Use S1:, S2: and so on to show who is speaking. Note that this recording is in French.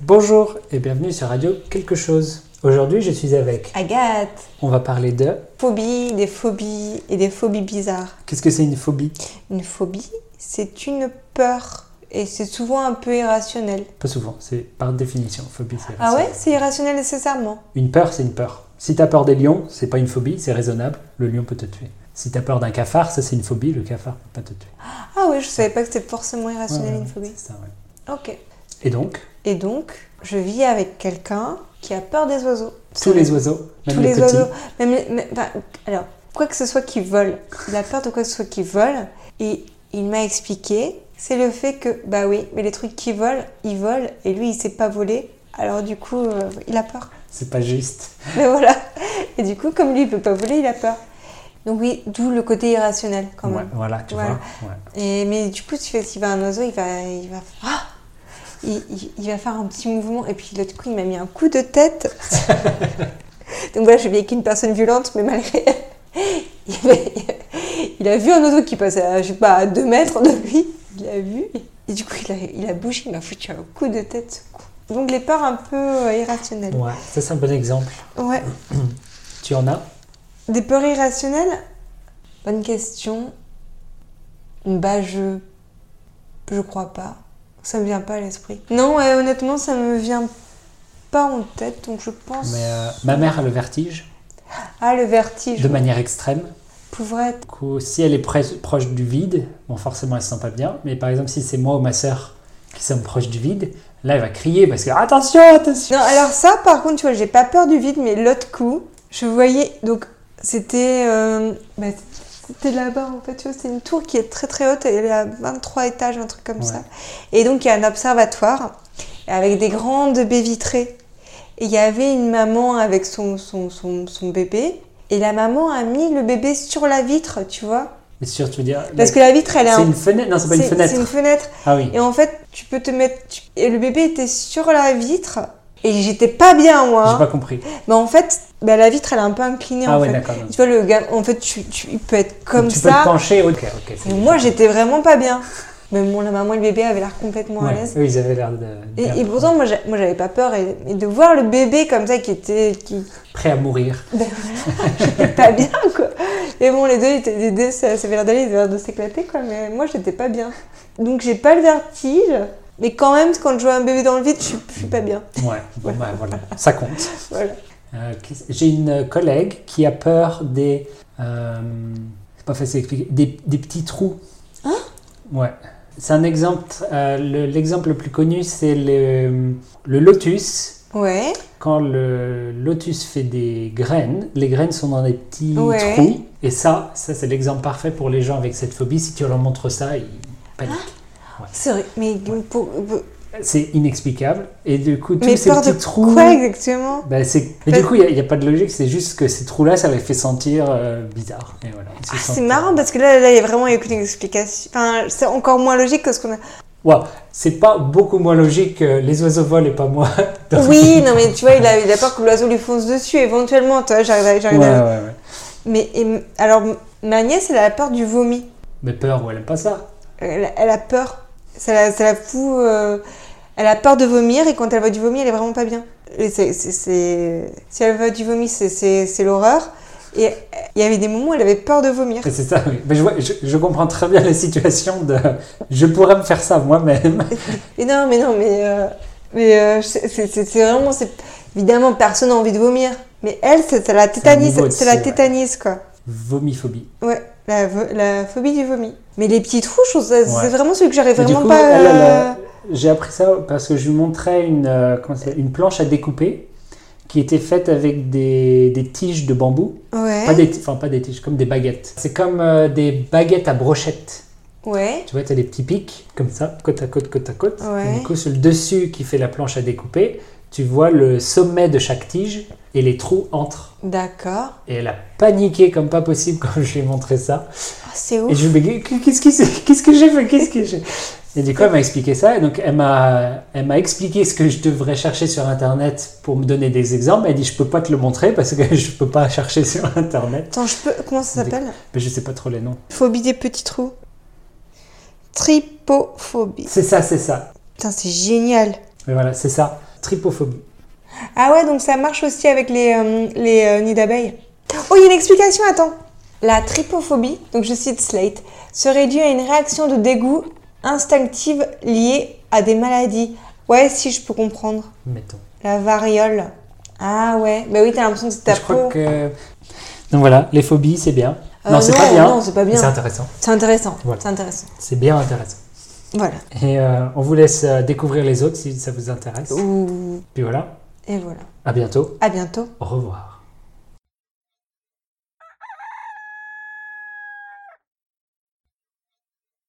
S1: Bonjour et bienvenue sur Radio Quelque chose. Aujourd'hui, je suis avec.
S2: Agathe,
S1: On va parler de.
S2: phobie, des phobies et des phobies bizarres.
S1: Qu'est-ce que c'est une phobie
S2: Une phobie, c'est une peur et c'est souvent un peu irrationnel.
S1: Pas souvent, c'est par définition. Phobie, c'est
S2: Ah ouais,
S1: rationnel.
S2: c'est irrationnel nécessairement.
S1: Une peur, c'est une peur. Si t'as peur des lions, c'est pas une phobie, c'est raisonnable. Le lion peut te tuer. Si t'as peur d'un cafard, ça c'est une phobie, le cafard peut pas te tuer.
S2: Ah ouais, je savais pas que c'était forcément
S1: Ouais,
S2: irrationnel
S1: ouais,
S2: une
S1: ouais,
S2: phobie.
S1: c'est ça, ouais.
S2: Ok.
S1: Et donc,
S2: Et donc, je vis avec quelqu'un qui a peur des oiseaux.
S1: tous les oiseaux, même
S2: Tous
S1: les,
S2: les
S1: petits.
S2: oiseaux. Même les- mais- enfin, alors, quoi que ce soit qui vole, il a peur de quoi que ce soit qui vole. Et il m'a expliqué, c'est le fait que, bah oui, mais les trucs qui volent, ils volent. Et lui, il sait pas voler. Alors du coup, euh, il a peur.
S1: C'est pas juste.
S2: Mais voilà. Et du coup, comme lui, il peut pas voler, il a peur. Donc oui, d'où le côté irrationnel quand
S1: Ouais,
S2: même.
S1: voilà, tu
S2: Voilà.
S1: vois. ouais.
S2: Et, mais du coup, tu fais- s'il va un oiseau, il va, il va, Ah il, il- il va faire un petit mouvement. Et puis l'autre coup, il m'a mis un coup de tête. Donc voilà, je vis avec une personne violente, mais malgré. Il, avait- il a vu un oiseau qui passait, à, je sais pas, à 2 mètres de lui. Il l'a vu. Et du coup, il a, il a bougé, il m'a foutu un coup de tête. ce coup. Donc les peurs un peu euh, irrationnelles.
S1: Ouais, ça c'est un bon exemple.
S2: Ouais.
S1: Tu en as
S2: Des peurs irrationnelles Bonne question. Bah je... Je crois pas. Ça me vient pas à l'esprit. Non, ouais, honnêtement, ça me vient pas en tête, donc je pense...
S1: Mais euh, ma mère a le vertige,
S2: Ah, le vertige.
S1: de manière extrême.
S2: Pourrait être...
S1: Du coup, si elle est près- proche du vide, bon, forcément, elle se sent pas bien. Mais par exemple, si c'est moi ou ma sœur qui sommes proches du vide, là, elle va crier parce que attention, attention.
S2: Non, alors ça, par contre, tu vois, j'ai pas peur du vide, mais l'autre coup, je voyais... Donc, c'était... euh, bah, c'était là-bas, en fait, tu vois, c'est une tour qui est très très haute, elle est à 23 étages, un truc comme
S1: Ouais.
S2: ça. Et donc, il y a un observatoire, avec des grandes baies vitrées. Et il y avait une maman avec son, son, son, son bébé. Et la maman a mis le bébé sur la vitre, tu vois.
S1: Mais sûr, tu veux dire.
S2: Parce que
S1: la-
S2: la vitre, elle est
S1: c'est
S2: un-
S1: une fenêtre. Non, c'est pas une fenêtre.
S2: C'est une fenêtre.
S1: Ah oui.
S2: Et en fait, tu peux te mettre. tu- Et le bébé était sur la vitre. Et j'étais pas bien, moi.
S1: J'ai pas compris.
S2: Mais en fait, bah, la vitre, elle est un peu inclinée.
S1: Ah
S2: en
S1: ouais,
S2: fait.
S1: d'accord.
S2: Tu vois, le gars, en fait, tu, tu- il peut être comme
S1: tu peux
S2: ça.
S1: te pencher. Ok, ok. c'est-
S2: Et moi, j'étais vraiment pas bien. Mais bon, la maman et le bébé avaient l'air complètement à
S1: Ouais,
S2: l'aise.
S1: eux, ils avaient l'air de.
S2: Et,
S1: d'air-
S2: et pourtant, moi, j'a- moi, j'avais pas peur. Et, et de voir le bébé comme ça qui était qui
S1: Prêts à mourir.
S2: était pas bien, quoi. Et bon, les deux, ils étaient- les deux ça, ça avait l'air d'aller, ils avaient l'air de s'éclater, quoi. Mais moi, j'étais pas bien. Donc, j'ai pas le vertige. Mais quand même, quand je vois un bébé dans le vide, je suis, je suis pas bien.
S1: Ouais, bon, bah, voilà. Ça compte.
S2: Voilà.
S1: Euh, qu'est-ce- J'ai une collègue qui a peur des. euh, c'est pas facile à expliquer. Des, des petits trous. Hein Ouais. C'est un exemple. euh, le- L'exemple le plus connu, c'est le, le lotus.
S2: Ouais.
S1: Quand le lotus fait des graines, les graines sont dans des petits
S2: Ouais.
S1: trous. Et ça, ça c'est l'exemple parfait pour les gens avec cette phobie. Si tu leur montres ça, ils paniquent.
S2: Ah. C'est vrai. Mais pour, pour-
S1: C'est inexplicable. Et du coup, tous
S2: mais
S1: ces
S2: peur
S1: petits
S2: de
S1: trous.
S2: quoi exactement
S1: Bah, c'est- Mais du coup, il n'y a, pas de logique, c'est juste que ces trous-là, ça les fait sentir euh, bizarre. Et voilà, ils se
S2: Ah,
S1: sentent-
S2: c'est marrant parce que là, là, il y a vraiment aucune explication. Enfin, c'est encore moins logique que ce qu'on a.
S1: Ouah, c'est pas beaucoup moins logique que les oiseaux volent et pas moi. Donc-
S2: Oui, non, mais tu vois, il a, il a peur que l'oiseau lui fonce dessus éventuellement. Tu vois, j'arrive à-
S1: Ouais,
S2: j'arrive
S1: ouais,
S2: à-
S1: ouais.
S2: Mais et- alors, ma nièce, elle a peur du vomi.
S1: Mais peur, ouais, elle aime pas ça.
S2: Elle, elle a peur. Ça la, ça la fout. euh, elle a peur de vomir et quand elle voit du vomi, elle est vraiment pas bien. Et c'est- c'est- c'est- si elle voit du vomi, c'est- c'est c'est l'horreur. Et euh, il y avait des moments où elle avait peur de vomir.
S1: Et C'est ça, oui. Mais je, vois- je- je comprends très bien la situation de. Je pourrais me faire ça moi-même.
S2: Et non, mais non, mais. euh, mais euh, c'est c'est- c'est- c'est vraiment. c'est- Évidemment, personne n'a envie de vomir. Mais elle, c'est ça la tétanise.
S1: niveau
S2: C'est la
S1: au-dessus, ouais.
S2: tétanise, quoi.
S1: Vomiphobie.
S2: Ouais, la, vo- la phobie du vomi. Mais les petits trous, je trouve ça-
S1: Ouais.
S2: c'est vraiment celui que j'arrive
S1: Et du
S2: vraiment
S1: coup,
S2: pas.
S1: elle, elle
S2: euh,
S1: a- j'ai appris ça parce que je lui montrais une, euh, comment ça s'appelle, une planche à découper qui était faite avec des, des tiges de bambou.
S2: euh, Ouais.
S1: Pas des, ti- enfin, pas des tiges, comme des baguettes. C'est comme euh, des baguettes à brochettes.
S2: Ouais.
S1: Tu vois, tu as des petits pics, comme ça, côte à côte, côte à côte.
S2: Ouais.
S1: Et du coup, sur le dessus qui fait la planche à découper, tu vois le sommet de chaque tige et les trous entrent.
S2: D'accord.
S1: Et elle a paniqué comme pas possible quand je lui ai montré ça.
S2: Ah, c'est ouf.
S1: Et je lui ai dit, qu'est-ce que c'est Qu'est-ce que j'ai fait Qu'est-ce que j'ai Et du coup, elle m'a expliqué ça. Et donc, elle m'a, elle m'a expliqué ce que je devrais chercher sur Internet pour me donner des exemples. Elle dit, je peux pas te le montrer parce que je peux pas chercher sur Internet.
S2: Attends, je peux. Comment ça s'appelle
S1: Mais je sais pas trop les noms.
S2: Phobie des petits trous. Tripophobie.
S1: C'est ça, c'est ça.
S2: Putain, c'est génial.
S1: Mais voilà, c'est ça. trypophobie.
S2: Ah ouais, donc ça marche aussi avec les, euh, les euh, nids d'abeilles. Oh, il y a une explication, attends. La trypophobie, donc je cite Slate, se réduit à une réaction de dégoût instinctive liée à des maladies. Ouais, si je peux comprendre.
S1: Mettons.
S2: La variole. Ah ouais, bah oui, t'as l'impression que c'est ta
S1: Je
S2: peau.
S1: crois que. Donc voilà, les phobies, c'est bien.
S2: Euh,
S1: non, c'est pas bien.
S2: Non, c'est pas
S1: mais C'est
S2: bien.
S1: intéressant.
S2: C'est intéressant.
S1: Voilà.
S2: C'est intéressant.
S1: C'est bien intéressant.
S2: Voilà.
S1: Et euh, on vous laisse euh, découvrir les autres si ça vous intéresse.
S2: Ouh.
S1: Puis voilà,
S2: Et voilà.
S1: à bientôt.
S2: À bientôt.
S1: Au revoir.